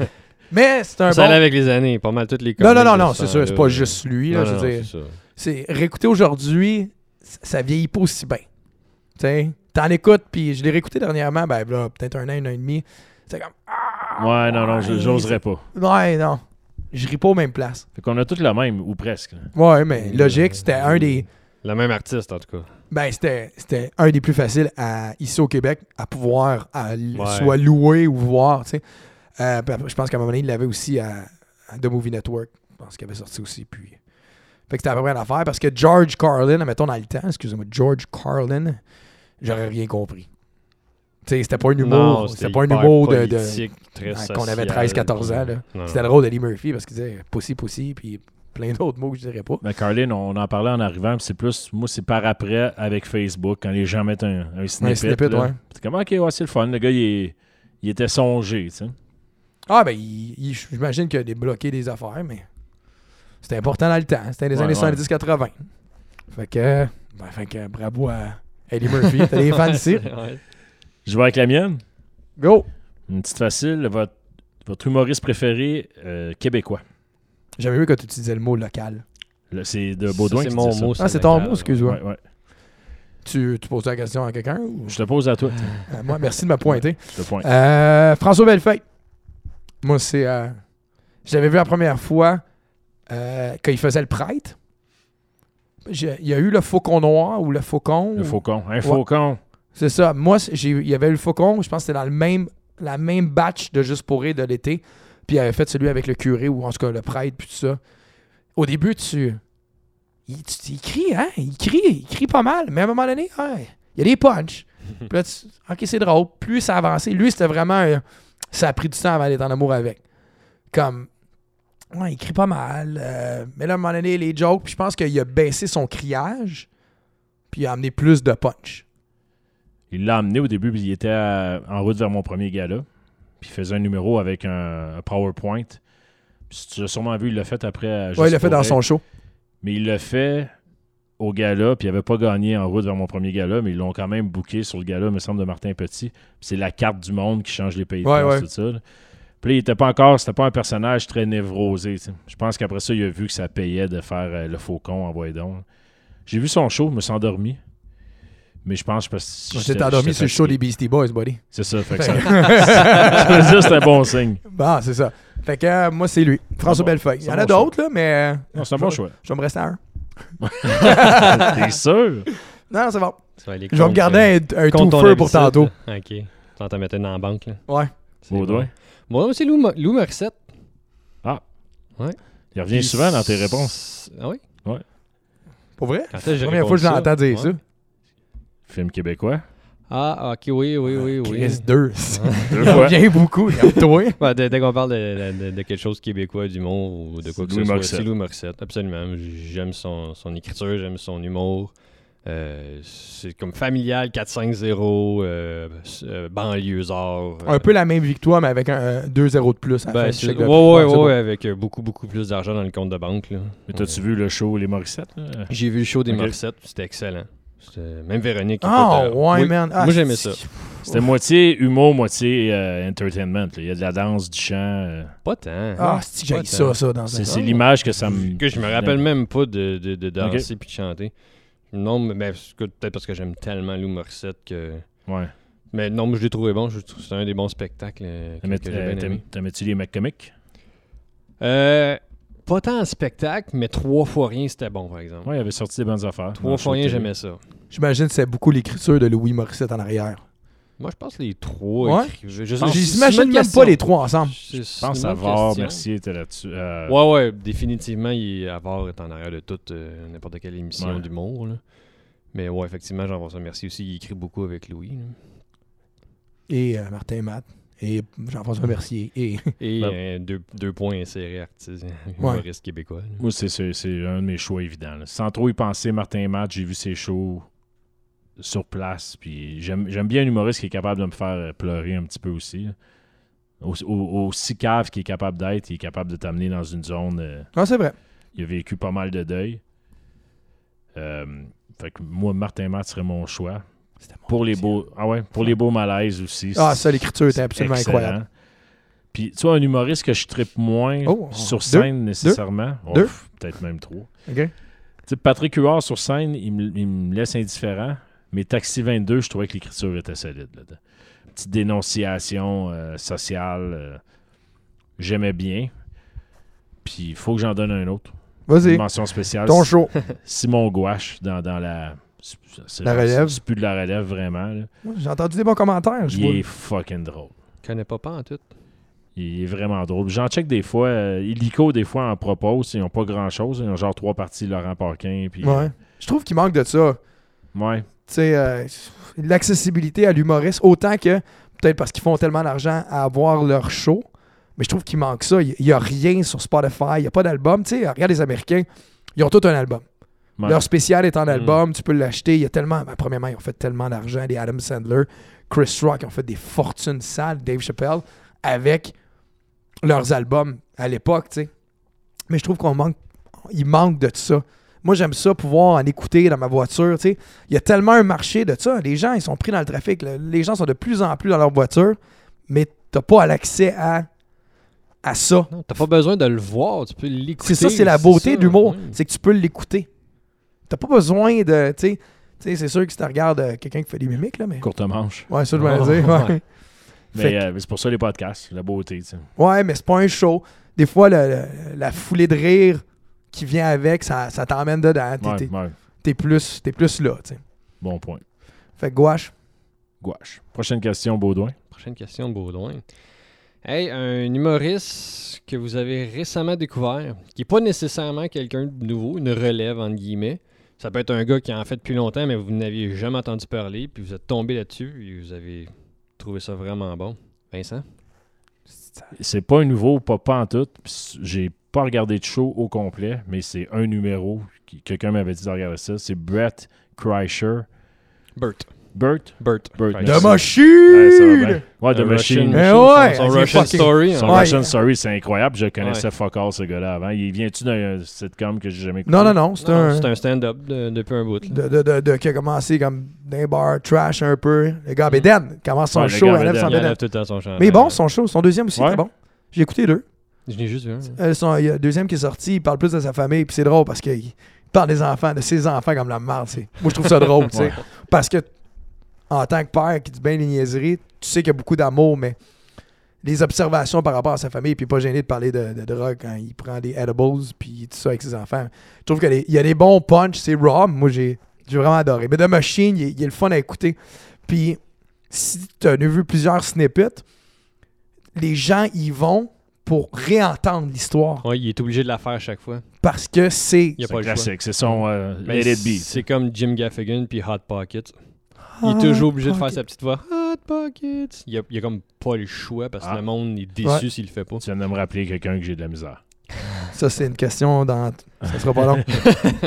Speaker 2: Mais c'est un
Speaker 3: Ah Ça
Speaker 2: bon.
Speaker 3: allait avec les années, pas mal toutes les
Speaker 2: Non, non,
Speaker 3: comédies
Speaker 2: non,
Speaker 3: de
Speaker 2: non,
Speaker 3: ce
Speaker 2: c'est sûr,
Speaker 3: temps-là,
Speaker 2: c'est pas
Speaker 3: là.
Speaker 2: juste lui. Là,
Speaker 3: Non,
Speaker 2: je
Speaker 3: non,
Speaker 2: veux dire,
Speaker 3: c'est ça.
Speaker 2: c'est réécouter aujourd'hui, c- ça vieillit pas aussi bien. Tu sais, t'en écoutes, puis je l'ai réécouté dernièrement, ben là, peut-être un an, un an et demi. C'est comme, ah,
Speaker 1: Ouais, non, non, je- j'oserais pas.
Speaker 2: Ouais, non, je ris pas aux mêmes places.
Speaker 1: Fait qu'on a tous le même, ou presque. là.
Speaker 2: Ouais, mais logique, c'était un des,
Speaker 3: Le même artiste, en tout cas.
Speaker 2: ben c'était, c'était un des plus faciles à ici au Québec à pouvoir à l-
Speaker 3: Ouais.
Speaker 2: soit louer ou voir. Tu sais, Euh, puis après, je pense qu'à un moment donné, il l'avait aussi à, à The Movie Network. Je pense qu'il avait sorti aussi, puis. Fait que c'était à peu près une affaire parce que George Carlin, mettons dans le temps, excusez-moi, George Carlin, j'aurais rien compris. Tu sais, c'était pas un humour, c'était pas un
Speaker 3: hyper
Speaker 2: humour de. de-
Speaker 3: politique, très
Speaker 2: Ouais, qu'on avait
Speaker 3: social,
Speaker 2: 13-14 ans, là.
Speaker 3: Non,
Speaker 2: C'était le rôle d'Eddie Murphy parce qu'il disait pussy, pussy, puis plein d'autres mots que je dirais pas.
Speaker 1: Mais Carlin, on en parlait en arrivant, puis c'est plus, moi, c'est par après avec Facebook, quand les gens mettent un, un snippet.
Speaker 2: snippet,
Speaker 1: là.
Speaker 2: ouais.
Speaker 1: C'est comme, ok, ouais, c'est le fun. Le gars, il, est- il était songé, tu sais.
Speaker 2: Ah, ben, il- il- j'imagine qu'il a débloqué des affaires, mais c'était important dans le temps. C'était les
Speaker 1: Ouais,
Speaker 2: années
Speaker 1: ouais.
Speaker 2: 70-80. Fait que, ben, fait que bravo à Eddie Murphy. T'as des fans ici.
Speaker 3: Ouais.
Speaker 1: Je vais avec la mienne.
Speaker 2: Go!
Speaker 1: Une petite facile. Votre, votre humoriste préféré euh, québécois.
Speaker 2: J'avais vu que tu utilisais le mot local.
Speaker 1: Là, C'est de
Speaker 3: Ça,
Speaker 1: Baudouin
Speaker 3: c'est
Speaker 1: qui
Speaker 3: mon
Speaker 1: disait ça.
Speaker 3: mot.
Speaker 2: Ah, c'est ton mot, excuse-moi.
Speaker 1: Ouais, ouais.
Speaker 2: Tu, tu poses la question à quelqu'un ou
Speaker 1: Je te pose à toi.
Speaker 2: à moi? Merci de me pointer.
Speaker 1: Je te pointe.
Speaker 2: Euh, François Bellefeuille. Moi, c'est. euh, je l'avais vu la première fois euh, quand il faisait le prêtre. Je- il y a eu le faucon noir ou le faucon.
Speaker 1: Le
Speaker 2: ou-
Speaker 1: faucon. Un faucon.
Speaker 2: C'est ça. Moi, c- j'ai- il y avait eu le Faucon, je pense que c'était dans le même, la même batch de Juste pour rire de l'été. Puis il avait fait celui avec le curé ou en tout cas le prêtre, puis tout ça. Au début, tu. Il, tu- il crie, hein? Il crie, il crie pas mal. Mais à un moment donné, hein, il y a des punchs. Puis là, tu- ok, c'est drôle. Plus ça avançait, lui, c'était vraiment. un- ça a pris du temps avant d'être en amour avec. Comme. Ouais, il crie pas mal. euh, mais là, à un moment donné, les jokes, puis je pense qu'il a baissé son criage, puis il a amené plus de punch.
Speaker 1: Il l'a amené au début, puis il était à- en route vers mon premier gala. Puis il faisait un numéro avec un, un PowerPoint. Puis tu l'as sûrement vu, il l'a fait après. à Juste
Speaker 2: Ouais, il l'a fait
Speaker 1: pour
Speaker 2: dans
Speaker 1: rire.
Speaker 2: son show.
Speaker 1: Mais il le fait au gala, puis il n'avait pas gagné en route vers mon premier gala, mais ils l'ont quand même booké sur le gala, me semble, de Martin Petit. Puis c'est la carte du monde qui change les pays de
Speaker 2: Ouais,
Speaker 1: France,
Speaker 2: ouais.
Speaker 1: tout ça. là. Puis là, il était pas encore, c'était pas un personnage très névrosé. tu sais. Je pense qu'après ça, il a vu que ça payait de faire euh, le faucon en Voyedon. J'ai vu son show, je me suis endormi. Mais je pense parce que.
Speaker 2: J'étais
Speaker 1: j'étais-
Speaker 2: endormi
Speaker 1: j'étais
Speaker 2: sur le show
Speaker 1: fatigué.
Speaker 2: des Beastie Boys, buddy.
Speaker 1: C'est ça, fait que ça. ça veut dire que c'est un bon signe.
Speaker 2: Bon, c'est ça. Fait que euh, moi, c'est lui.
Speaker 1: Ah
Speaker 2: François
Speaker 1: bon,
Speaker 2: Bellefeuille. Il y
Speaker 1: c'est
Speaker 2: en
Speaker 1: bon
Speaker 2: a d'autres, là, mais. euh,
Speaker 1: Non, c'est un bon choix.
Speaker 2: Je vais me rester à un.
Speaker 1: T'es sûr?
Speaker 2: Non, non, c'est bon.
Speaker 3: Tu vas aller
Speaker 2: Je vais me
Speaker 3: contre,
Speaker 2: garder un, un
Speaker 3: euh, contre
Speaker 2: tout
Speaker 3: ton
Speaker 2: feu pour
Speaker 3: habitude.
Speaker 2: tantôt.
Speaker 3: Ok. Tu en t'en mettais dans la banque, là.
Speaker 2: Ouais.
Speaker 3: C'est
Speaker 1: Baudouin.
Speaker 3: Bon, Bon, c'est Lou, Mo- Lou Morissette.
Speaker 1: Il revient souvent dans tes réponses.
Speaker 3: Ah oui?
Speaker 2: Pour vrai?
Speaker 3: Quand est-ce que j'ai
Speaker 2: Première fois que je
Speaker 3: répondu
Speaker 2: l'entends dire ça.
Speaker 3: Ouais.
Speaker 1: Film québécois.
Speaker 3: Ah, ok, oui, oui, oui, oui.
Speaker 2: Chris 2.
Speaker 1: Deux
Speaker 2: Il
Speaker 1: fois.
Speaker 2: revient beaucoup. il aime Toi.
Speaker 3: Ouais, dès, dès qu'on parle de, de- de- de quelque chose québécois, d'humour ou de quoi que
Speaker 1: Louis
Speaker 3: ce soit,
Speaker 1: Morissette.
Speaker 3: c'est Louis Morissette, absolument. J'aime son, son écriture, j'aime son humour. Euh, c'est comme familial 4-5-0, euh, euh, banlieusard. euh,
Speaker 2: Un peu la même victoire, mais avec un 2-0 de plus. à la fin
Speaker 3: ben,
Speaker 2: du
Speaker 3: c'est-
Speaker 2: chèque
Speaker 3: ouais,
Speaker 2: de-
Speaker 3: ouais,
Speaker 2: c'est
Speaker 3: ouais,
Speaker 2: bon.
Speaker 3: avec euh, beaucoup, beaucoup plus d'argent dans le compte de banque. là.
Speaker 1: Mais t'as-tu vu le show Les Morissettes? là?
Speaker 3: J'ai vu le show des
Speaker 1: Ok.
Speaker 3: Morissettes, c'était excellent. C'était- Même Véronique.
Speaker 2: Ah,
Speaker 3: écoute, euh,
Speaker 2: ouais,
Speaker 3: oui,
Speaker 2: man. Ah,
Speaker 3: moi, j'aimais
Speaker 2: c'est-
Speaker 3: ça.
Speaker 1: C'était moitié humour, moitié euh, entertainment. là. Il y a de la danse, du chant. euh,
Speaker 3: Pas tant.
Speaker 2: Ah, c'est j'ai
Speaker 3: Pas
Speaker 2: ça,
Speaker 3: tant.
Speaker 2: ça, dans un
Speaker 1: c'est c'est l'image que ça me.
Speaker 3: Que je me rappelle même pas de, de, de danser puis de chanter. Non, mais ben, écoute, peut-être parce que j'aime tellement Lou Morissette que.
Speaker 1: Ouais.
Speaker 3: Mais non, mais je l'ai trouvé bon. Je trouve que c'est un des bons spectacles euh, que,
Speaker 1: T'aimais-
Speaker 3: que j'ai
Speaker 1: euh,
Speaker 3: bien aimé.
Speaker 1: t'aimais- T'aimais-tu les mecs comiques?
Speaker 3: Euh, pas tant en spectacle, mais trois fois rien, c'était bon, par exemple.
Speaker 1: Ouais, il avait sorti des bonnes affaires.
Speaker 3: Trois
Speaker 1: Dans
Speaker 3: fois
Speaker 1: le show
Speaker 3: rien,
Speaker 1: de télé.
Speaker 3: j'aimais ça.
Speaker 2: J'imagine que c'est beaucoup l'écriture de Louis Morissette en arrière.
Speaker 3: Moi, je pense que les trois
Speaker 2: Ouais?
Speaker 3: écrivaient. Je- je- c'est une
Speaker 2: J'imagine
Speaker 3: bonne
Speaker 2: même
Speaker 3: question.
Speaker 2: pas les trois ensemble.
Speaker 3: C'est- c'est
Speaker 1: Je pense
Speaker 3: une bonne
Speaker 1: avoir,
Speaker 3: question.
Speaker 1: merci, était là-dessus. Euh,
Speaker 3: Ouais, ouais, définitivement, il, Avar est en arrière de toute euh, n'importe quelle émission
Speaker 1: Ouais.
Speaker 3: d'humour. là. Mais ouais, effectivement, Jean-François Mercier aussi, il écrit beaucoup avec Louis. là.
Speaker 2: Et euh, Martin Matt. Et Jean-François
Speaker 3: Hmm.
Speaker 2: Mercier. Et...
Speaker 3: Et
Speaker 1: Ben-
Speaker 3: euh, deux, deux points insérés artistes, humoristes québécois. là.
Speaker 1: Moi, c'est- c'est c'est un de mes choix évidents. là. Sans trop y penser, Martin Matt, j'ai vu ses shows sur place. Puis j'aime j'aime bien un humoriste qui est capable de me faire euh, pleurer un petit peu aussi. là. Au- au- Aussi cave qu'il est capable d'être, il est capable de t'amener dans une zone. euh,
Speaker 2: Non, Ah, c'est vrai.
Speaker 1: il a vécu pas mal de deuil. Euh, fait que moi, Martin Matt serait mon choix.
Speaker 2: C'était mon
Speaker 1: Pour les
Speaker 2: deuxième.
Speaker 1: beaux, ah ouais, pour les beaux malaises aussi.
Speaker 2: Ah,
Speaker 1: c'est-
Speaker 2: ça, l'écriture était
Speaker 1: c'est
Speaker 2: absolument
Speaker 1: excellent.
Speaker 2: incroyable.
Speaker 1: Puis, tu vois, un humoriste que je trippe moins
Speaker 2: Oh,
Speaker 1: sur
Speaker 2: deux,
Speaker 1: scène nécessairement. Oh,
Speaker 2: deux.
Speaker 1: pff, Peut-être même trop.
Speaker 2: OK?
Speaker 1: Tu sais, Patrick Huard sur scène, il me, il me laisse indifférent. Mais Taxi 22, je trouvais que l'écriture était solide. là-dedans. Petite dénonciation euh, sociale. euh, J'aimais bien. Puis, il faut que j'en donne un autre. Une
Speaker 2: Vas-y.
Speaker 1: mention spéciale.
Speaker 2: Ton show.
Speaker 1: Simon Gouache dans, dans la. c'est- c'est-
Speaker 2: La relève.
Speaker 1: C'est plus de la relève vraiment. là.
Speaker 2: Moi, J'ai entendu des bons commentaires. Ah, Je
Speaker 1: Il
Speaker 2: vois.
Speaker 1: est fucking drôle.
Speaker 3: Je connais pas pas en tout.
Speaker 1: Il est vraiment drôle. J'en check des fois. euh, Illico, des fois, en propose. Ils n'ont pas grand-chose. Ils ont genre trois parties Laurent Parquin. Puis,
Speaker 2: Ouais. Je trouve qu'il manque de ça.
Speaker 1: Ouais.
Speaker 2: Tu sais, euh, l'accessibilité à l'humoriste, autant que peut-être parce qu'ils font tellement d'argent à avoir leur show, mais je trouve qu'il manque ça. Il n'y a rien sur Spotify, il n'y a pas d'album. Tu sais, regarde les Américains, ils ont tout un album.
Speaker 1: Ouais.
Speaker 2: Leur spécial est en album, tu peux l'acheter. Il y a tellement, ben, premièrement, ils ont fait tellement d'argent. Les Adam Sandler, Chris Rock, ils ont fait des fortunes sales, Dave Chappelle, avec leurs albums à l'époque, tu sais. Mais je trouve qu'on manque, il manque de ça. Moi, j'aime ça, pouvoir en écouter dans ma voiture, tu sais. Il y a tellement un marché de ça. Les gens, ils sont pris dans le trafic. là. Les gens sont de plus en plus dans leur voiture, mais t'as pas l'accès à, à ça.
Speaker 3: Non, t'as pas besoin de le voir, tu peux l'écouter.
Speaker 2: C'est ça, c'est la beauté
Speaker 3: ça,
Speaker 2: de l'humour.
Speaker 3: oui.
Speaker 2: C'est que tu peux l'écouter. T'as pas besoin de. Tu sais, tu sais, c'est sûr que si tu regardes euh, quelqu'un qui fait des mimiques, là, mais.
Speaker 1: Courte manche.
Speaker 2: Ouais, ça, je dois le dire.
Speaker 3: Ouais.
Speaker 2: Ouais. Fait
Speaker 1: Mais euh, c'est pour ça les podcasts. La beauté. tu sais.
Speaker 2: Ouais, mais c'est pas un show. Des fois, le- le- la foulée de rire qui vient avec, ça, ça t'emmène dedans. T'es,
Speaker 1: Ouais,
Speaker 2: t'es-
Speaker 1: ouais.
Speaker 2: t'es plus, t'es plus là, tu sais.
Speaker 1: Bon point.
Speaker 2: Fait que gouache.
Speaker 1: Gouache. Prochaine question, Baudouin.
Speaker 3: Prochaine question de Baudouin. Hey, un humoriste que vous avez récemment découvert, qui n'est pas nécessairement quelqu'un de nouveau, une relève entre guillemets. Ça peut être un gars qui en fait depuis longtemps, mais vous n'aviez jamais entendu parler, puis vous êtes tombé là-dessus et vous avez trouvé ça vraiment bon. Vincent?
Speaker 1: C'est pas un nouveau, pas pas en tout. J'ai pas regardé de show au complet, mais c'est un numéro. qui- Quelqu'un m'avait dit de regarder ça. C'est Brett Kreischer.
Speaker 3: Burt.
Speaker 1: Bert?
Speaker 3: Burt.
Speaker 1: Burt,
Speaker 3: Kreischer.
Speaker 1: merci.
Speaker 2: De
Speaker 1: Demain.
Speaker 2: machine!
Speaker 1: Ouais, ça va bien. Ouais, The
Speaker 3: Un Russian-
Speaker 1: Machine.
Speaker 2: Mais
Speaker 3: Russian-
Speaker 2: ouais,
Speaker 3: son
Speaker 2: c'est
Speaker 3: Russian
Speaker 2: fucking-
Speaker 3: Story.
Speaker 1: Son
Speaker 3: hein.
Speaker 2: Ouais.
Speaker 1: Russian Story, c'est incroyable. Je connaissais
Speaker 3: Ouais.
Speaker 1: fuck all ce gars-là avant. Il vient-tu d'un sitcom que j'ai jamais écouté?
Speaker 2: Non, non, non, c'est
Speaker 3: Non,
Speaker 2: un.
Speaker 3: C'est un stand-up de- depuis un bout. là.
Speaker 2: de, de, de, de- qui a commencé comme d'un bar trash un peu. Le gars Bédène commence son
Speaker 1: Ouais, le
Speaker 2: show,
Speaker 1: gars
Speaker 2: enlève
Speaker 1: Bédène.
Speaker 2: son
Speaker 3: Il enlève
Speaker 2: Bédène.
Speaker 3: tout le temps son chandail.
Speaker 2: Mais bon, son show, son deuxième aussi,
Speaker 1: Ouais.
Speaker 2: très bon. J'ai écouté les deux.
Speaker 3: Je l'ai juste vu. hein.
Speaker 2: Euh, son- il y a le deuxième qui est sorti, il parle plus de sa famille, puis c'est drôle parce qu'il parle des enfants, de ses enfants comme la marde. c'est- Moi, je trouve ça drôle, tu sais.
Speaker 1: Ouais.
Speaker 2: Parce que, en tant que père qui dit bien les niaiseries, tu sais qu'il y a beaucoup d'amour, mais les observations par rapport à sa famille, puis pas gêné de parler de, de drogue quand il prend des edibles, puis tout ça avec ses enfants. Je trouve qu'il y a des bons punchs, c'est raw. Moi, j'ai j'ai vraiment adoré. Mais The Machine, il, est- il est le fun à écouter. Puis, si tu as vu plusieurs snippets, les gens y vont pour réentendre l'histoire
Speaker 3: Ouais, il est obligé de la faire à chaque fois.
Speaker 2: parce que c'est
Speaker 3: Il n'y a
Speaker 1: C'est
Speaker 3: pas
Speaker 1: un
Speaker 3: le choix.
Speaker 1: classique. C'est son euh,
Speaker 3: Mais
Speaker 1: Let It Be.
Speaker 3: C'est comme Jim Gaffigan puis Hot Pockets. Il est toujours obligé
Speaker 2: Ah,
Speaker 3: de faire sa petite voix Hot Pockets. Il y a, il y a comme pas le choix parce que
Speaker 1: Ah.
Speaker 3: le monde est déçu
Speaker 2: Ouais.
Speaker 3: s'il le fait pas.
Speaker 1: Tu viens de me rappeler quelqu'un que j'ai de la misère.
Speaker 2: Ça, c'est une question dans. Ça sera pas long.
Speaker 1: Fait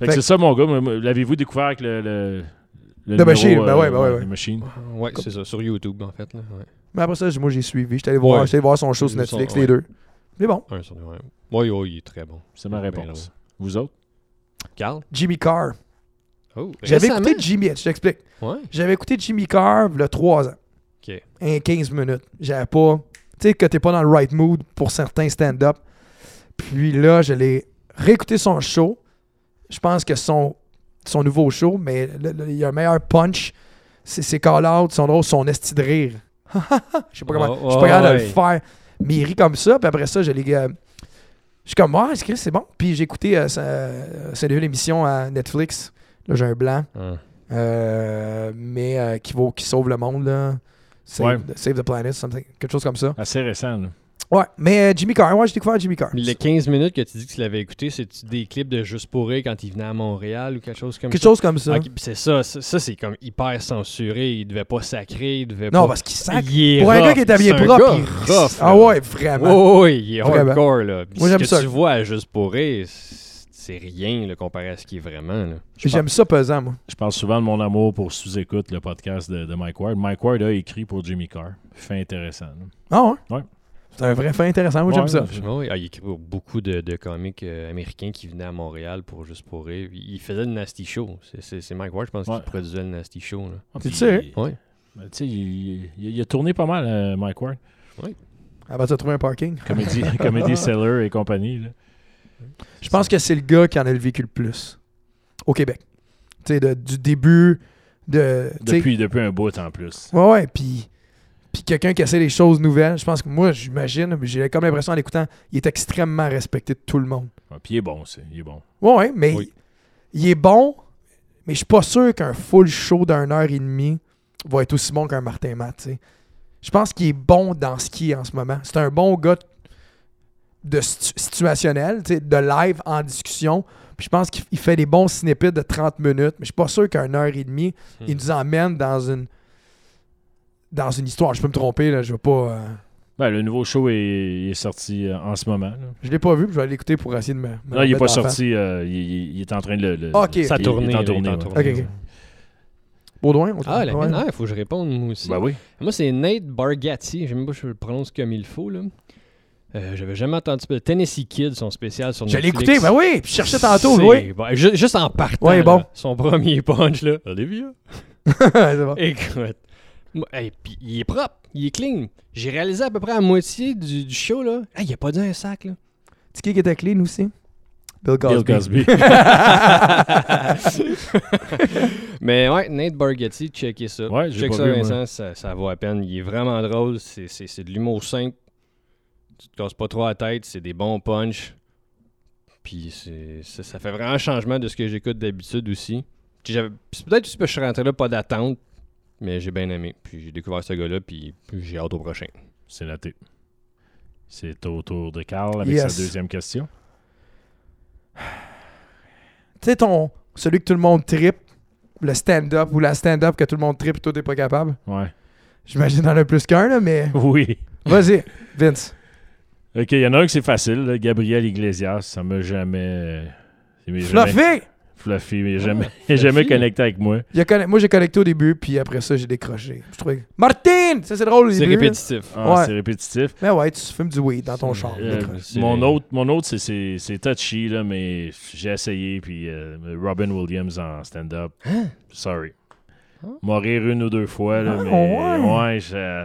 Speaker 1: que
Speaker 2: Fait-
Speaker 1: c'est ça, mon gars. Moi, moi, L'avez-vous découvert avec le. le... le
Speaker 2: The
Speaker 1: numéro, euh,
Speaker 2: Machine, ben ouais, ben ouais, ouais.
Speaker 1: The Machine.
Speaker 3: Ouais, c'est ça, sur YouTube en fait. Là. Ouais.
Speaker 2: Mais après ça, j- moi, j'ai suivi. J'étais allé, voir-
Speaker 3: Ouais.
Speaker 2: j'étais allé voir son show sur
Speaker 3: Son-
Speaker 2: Netflix,
Speaker 3: ouais.
Speaker 2: les deux. Mais bon,
Speaker 3: Un sur deux, ouais. Ouais, ouais, il est très bon.
Speaker 1: C'est ma
Speaker 3: Ben
Speaker 1: réponse. Vous autres?
Speaker 3: Carl
Speaker 2: Jimmy Carr.
Speaker 3: Oh,
Speaker 2: J'avais
Speaker 3: récemment?
Speaker 2: écouté Jimmy, je t'explique.
Speaker 3: Ouais.
Speaker 2: J'avais écouté Jimmy Carr le 3 ans.
Speaker 3: OK.
Speaker 2: Un 15 minutes. J'avais pas. Tu sais, que t'es pas dans le right mood pour certains stand-up. Puis là, je l'ai réécouté son show. Je pense que son, son nouveau show, mais le- le- il y a un meilleur punch. C'est ses call-outs, son drôle, son esti de rire. Je sais pas comment.
Speaker 3: Oh,
Speaker 2: je suis pas capable de
Speaker 3: ouais.
Speaker 2: le faire. Mais il rit comme ça. Puis après ça, je l'ai. euh, je suis comme, ah, c'est Chris, c'est bon. Puis j'ai écouté euh, sa- euh, sa nouvelle émission à Netflix. Là, j'ai un blanc.
Speaker 3: Ah.
Speaker 2: Euh, mais euh, qui, vaut, qui sauve le monde, là. Save, Save the Planet, something, quelque chose comme ça.
Speaker 1: Assez récent, là.
Speaker 2: Ouais, mais euh, Jimmy Carr, ouais, j'ai découvert Jimmy Carr.
Speaker 3: Mais les 15 minutes que tu dis que tu l'avais écouté, c'est des clips de Juste pour rire quand il venait à Montréal ou quelque chose comme
Speaker 2: Quelque
Speaker 3: ça?
Speaker 2: chose comme ça.
Speaker 3: Ah, ok, puis c'est ça, ça, ça, c'est comme hyper censuré, il devait pas sacrer, il devait
Speaker 2: Non,
Speaker 3: pas...
Speaker 2: parce qu'il sacre.
Speaker 3: Il est
Speaker 2: Pour un
Speaker 3: rough,
Speaker 2: gars qui est habillé
Speaker 3: c'est un
Speaker 2: propre,
Speaker 3: gars
Speaker 2: il
Speaker 3: rough,
Speaker 2: Ah
Speaker 3: là.
Speaker 2: ouais, vraiment.
Speaker 3: Oh, oui, il est
Speaker 2: Vraiment.
Speaker 3: hardcore, là. Puis
Speaker 2: Moi,
Speaker 3: ce
Speaker 2: j'aime
Speaker 3: que
Speaker 2: ça.
Speaker 3: tu vois à Juste pour rire, c'est c'est rien, là, comparé à ce qui est vraiment, là.
Speaker 1: Je, par-
Speaker 2: J'aime ça pesant, moi.
Speaker 1: je parle souvent de mon amour pour Sous-Écoute, le podcast de, de Mike Ward. Mike Ward a écrit pour Jimmy Carr. Fait intéressant. là.
Speaker 2: Ah ouais?
Speaker 1: Ouais.
Speaker 2: C'est un vrai fin intéressant, moi j'aime
Speaker 1: Ouais,
Speaker 2: ça.
Speaker 1: ouais.
Speaker 3: Ah oui, ah, il écrit pour beaucoup de, de comiques euh, américains qui venaient à Montréal pour Juste pour rire. Il il faisait le Nasty Show. C'est- C'est c'est Mike Ward, je pense,
Speaker 1: Ouais.
Speaker 3: qui produisait le Nasty Show, là.
Speaker 1: Ah,
Speaker 2: T'es
Speaker 1: puis-
Speaker 2: sûr?
Speaker 3: Ouais.
Speaker 1: Ben, tu sais, il, il- il a tourné pas mal, euh, Mike Ward.
Speaker 2: Avant de trouver bah, un parking.
Speaker 1: Comédie, comédie Seller et compagnie. là.
Speaker 2: Je pense que c'est le gars qui en a le vécu le plus au Québec. Tu sais, de- du début de. tu sais,
Speaker 1: Depuis, depuis un bout en plus.
Speaker 2: Ouais, ouais, puis puis quelqu'un qui essaie des choses nouvelles, je pense que moi, j'imagine, j'ai comme l'impression en l'écoutant, il est extrêmement respecté de tout le monde.
Speaker 1: Ouais, puis il est bon, c'est, il est bon.
Speaker 2: Ouais, ouais, mais
Speaker 3: Oui.
Speaker 2: il est bon, mais je suis pas sûr qu'un full show d'une heure et demie va être aussi bon qu'un Martin Matt, tu sais. Je pense qu'il est bon dans ce qu'il est en ce moment. C'est un bon gars de situ- situationnel, tu sais, de live en discussion. Puis je pense qu'il il fait des bons snippets de 30 minutes, mais je suis pas sûr qu'une heure et demie, il
Speaker 1: Hmm.
Speaker 2: nous emmène dans une dans une histoire. Je peux me tromper, là, je veux pas. euh,
Speaker 1: Ben, le nouveau show est, est sorti euh, en ce moment. là.
Speaker 2: Je l'ai pas vu, puis je vais aller l'écouter pour essayer de me. me
Speaker 1: Non, il n'est
Speaker 2: remettre
Speaker 1: pas
Speaker 2: en face.
Speaker 1: sorti. euh, il, il- il est en train de le. le-
Speaker 2: Ah, ok.
Speaker 1: il-
Speaker 3: Sa
Speaker 1: il est
Speaker 3: tournée,
Speaker 1: en
Speaker 3: là,
Speaker 1: tournée,
Speaker 3: il est en
Speaker 1: ouais.
Speaker 3: tournée,
Speaker 2: Ok, ok. Baudouin, on
Speaker 3: Ah, la
Speaker 2: ouais.
Speaker 3: mienne, ah, faut que je réponde, moi aussi.
Speaker 1: Ben oui.
Speaker 3: Moi, c'est Nate Bargatze. Je sais même pas si je le prononce comme il faut. Là. Euh, J'avais jamais entendu. Le Tennessee Kid, son spécial sur
Speaker 2: Je l'ai
Speaker 3: Netflix.
Speaker 2: écouté, ben oui, puis je cherchais tantôt,
Speaker 3: C'est-
Speaker 2: oui.
Speaker 3: bon, ju- juste en partant.
Speaker 2: Ouais,
Speaker 3: là,
Speaker 2: bon.
Speaker 3: son premier punch, là. Olivia.
Speaker 2: C'est bon.
Speaker 3: Écoute. Moi, hey, puis il est propre. Il est clean. J'ai réalisé à peu près à moitié du, du show, là. Ah, il a pas dit un sac, là.
Speaker 2: Tu sais qui était clé, nous aussi Bill
Speaker 1: Bill
Speaker 2: Cosby.
Speaker 1: Cosby.
Speaker 3: Mais ouais, Nate Bargatze, checkez ça.
Speaker 1: Ouais, j'ai
Speaker 3: Check
Speaker 1: pas
Speaker 3: ça,
Speaker 1: vu, moi.
Speaker 3: Vincent, ça, ça vaut à peine. Il est vraiment drôle. C'est, c'est, c'est de l'humour simple. Tu te casses pas trop la tête. C'est des bons punchs. Puis c'est, ça, ça fait vraiment un changement de ce que j'écoute d'habitude aussi. Puis j'avais- c'est peut-être aussi parce que je suis rentré là, pas d'attente. Mais j'ai bien aimé. Puis j'ai découvert ce gars-là. Puis j'ai hâte au prochain.
Speaker 1: C'est noté. C'est au tour de Carl avec
Speaker 2: Yes.
Speaker 1: sa deuxième question.
Speaker 2: Tu sais, ton. Celui que tout le monde tripe, le stand-up ou la stand-up que tout le monde tripe et toi, t'es pas capable.
Speaker 1: Ouais.
Speaker 2: J'imagine qu'il y en a plus qu'un, là, mais.
Speaker 1: Oui.
Speaker 2: Vas-y, Vince.
Speaker 1: OK, il y en a un que c'est facile. là. Gabriel Iglesias, ça m'a jamais... ça m'a jamais-
Speaker 2: Fluffy
Speaker 1: Fluffy, mais
Speaker 3: Ah,
Speaker 1: jamais,
Speaker 3: Fluffy.
Speaker 1: jamais connecté avec moi.
Speaker 2: Il a conne- Moi, j'ai connecté au début, puis après ça, j'ai décroché. Je trouvais. Martine Ça, c'est drôle, au
Speaker 3: C'est
Speaker 2: début.
Speaker 3: répétitif.
Speaker 1: Ah,
Speaker 2: Ouais.
Speaker 1: C'est répétitif.
Speaker 2: Mais ouais, tu fumes du weed dans ton char.
Speaker 1: Euh,
Speaker 2: décroche.
Speaker 3: C'est-
Speaker 1: mon autre, mon autre c'est- c'est c'est touchy, là, mais j'ai essayé. Puis euh, Robin Williams en stand-up. Sorry. Mourir une ou deux fois, là,
Speaker 2: Hein? Ah,
Speaker 1: mais
Speaker 2: ouais.
Speaker 1: ouais, je-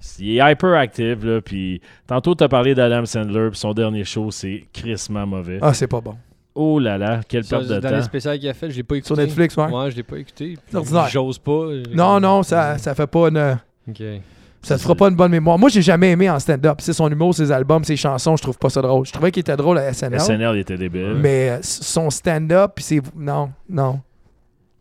Speaker 1: je- il est hyperactif. Là, puis tantôt, tu as parlé d'Adam Sandler. Puis son dernier show, c'est crissement mauvais.
Speaker 2: Ah, c'est pas bon.
Speaker 1: Oh là là, quelle
Speaker 3: Ça,
Speaker 1: perte de
Speaker 3: dans les
Speaker 1: temps.
Speaker 3: spéciales qu'il a fait, je l'ai pas écouté.
Speaker 2: Sur Netflix, ouais.
Speaker 3: Ouais, je l'ai pas écouté. Puis
Speaker 2: Ordinaire.
Speaker 3: J'ose pas. euh,
Speaker 2: Non, non, ça, ça fait pas une.
Speaker 3: Ok.
Speaker 2: Ça te fera pas une bonne mémoire. Moi, j'ai jamais aimé en stand-up. C'est son humour, ses albums, ses chansons, je trouve pas ça drôle. Je trouvais qu'il était drôle à SNL.
Speaker 1: SNL, il était débile.
Speaker 2: Mais euh, s- son stand-up, puis c'est. Non, non.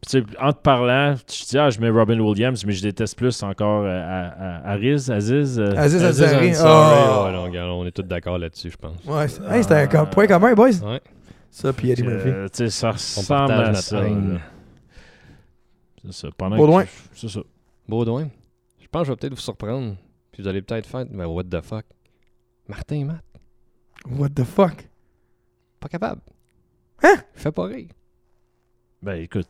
Speaker 1: Puis, tu sais, en te parlant, tu te dis, ah, je mets Robin Williams, mais je déteste plus encore euh, à- à- Ariz, Aziz. euh,
Speaker 2: Aziz
Speaker 3: Aziz
Speaker 2: Ansari.
Speaker 3: Ansari,
Speaker 2: Oh.
Speaker 3: ouais, non, regarde, on est tous d'accord là-dessus, je pense.
Speaker 2: Ouais, c'est- hey, c'était un com- point commun, boys.
Speaker 3: Ouais.
Speaker 2: Ça, puis Eddie Murphy.
Speaker 1: Euh, tu sais, ça
Speaker 3: On
Speaker 1: ressemble
Speaker 3: partage
Speaker 1: à
Speaker 3: notre
Speaker 1: ça.
Speaker 3: haine.
Speaker 1: là. C'est ça. Pendant
Speaker 2: Pas
Speaker 1: que-
Speaker 2: loin.
Speaker 1: C'est ça.
Speaker 3: Baudouin, je pense que je vais peut-être vous surprendre. Puis vous allez peut-être faire, ben what the fuck. Martin et Matt,
Speaker 2: What the fuck?
Speaker 3: pas capable.
Speaker 2: Hein?
Speaker 3: Fais pas rire.
Speaker 1: Ben écoute,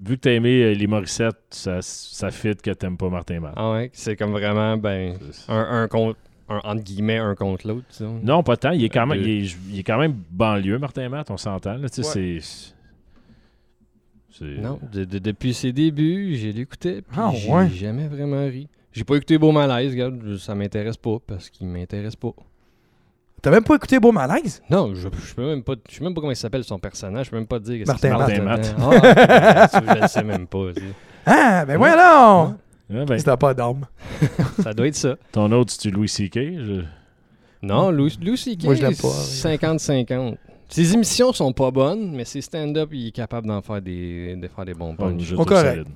Speaker 1: vu que t'as aimé euh, les Morissette, ça, ça fit que t'aimes pas Martin Matt.
Speaker 3: Ah ouais, c'est comme vraiment, ben, un, un contre, un, entre guillemets, un contre l'autre, disons.
Speaker 1: Non, pas tant. Il est quand même,
Speaker 3: Euh,
Speaker 1: il est, il est quand même banlieue, Martin Matt, on s'entend. là. Tu sais, c'est- C'est-
Speaker 3: Non, de- de- depuis ses débuts, j'ai l'écouté. puis
Speaker 2: Ah,
Speaker 3: j'ai
Speaker 2: ouais.
Speaker 3: jamais vraiment ri. J'ai pas écouté Beau Malaise, regarde, je- ça m'intéresse pas parce qu'il m'intéresse pas.
Speaker 2: T'as même pas écouté Beau Malaise?
Speaker 3: Non, je, je peux même pas, je sais même pas comment il s'appelle son personnage, je peux même pas te dire. qu'est-ce
Speaker 2: Martin
Speaker 3: qu'il s'appelle.
Speaker 1: Matt.
Speaker 3: Ah, ok, ça, je le sais même pas. c'est-
Speaker 2: Ah, ben voilà!
Speaker 1: Ah ben,
Speaker 2: C'était pas d'âme.
Speaker 3: Ça doit être ça.
Speaker 1: ton autre, c'est-tu Louis C.K.? Je-
Speaker 3: Non, Louis, Louis C.K.,
Speaker 2: Mm. Moi, je l'aime pas.
Speaker 3: 50-50. Ses émissions sont pas bonnes, mais ses stand-up, il est capable d'en faire des, de faire des bons
Speaker 1: Bon,
Speaker 3: punch.
Speaker 1: je
Speaker 2: Au
Speaker 1: trouve
Speaker 2: correct.
Speaker 1: solide.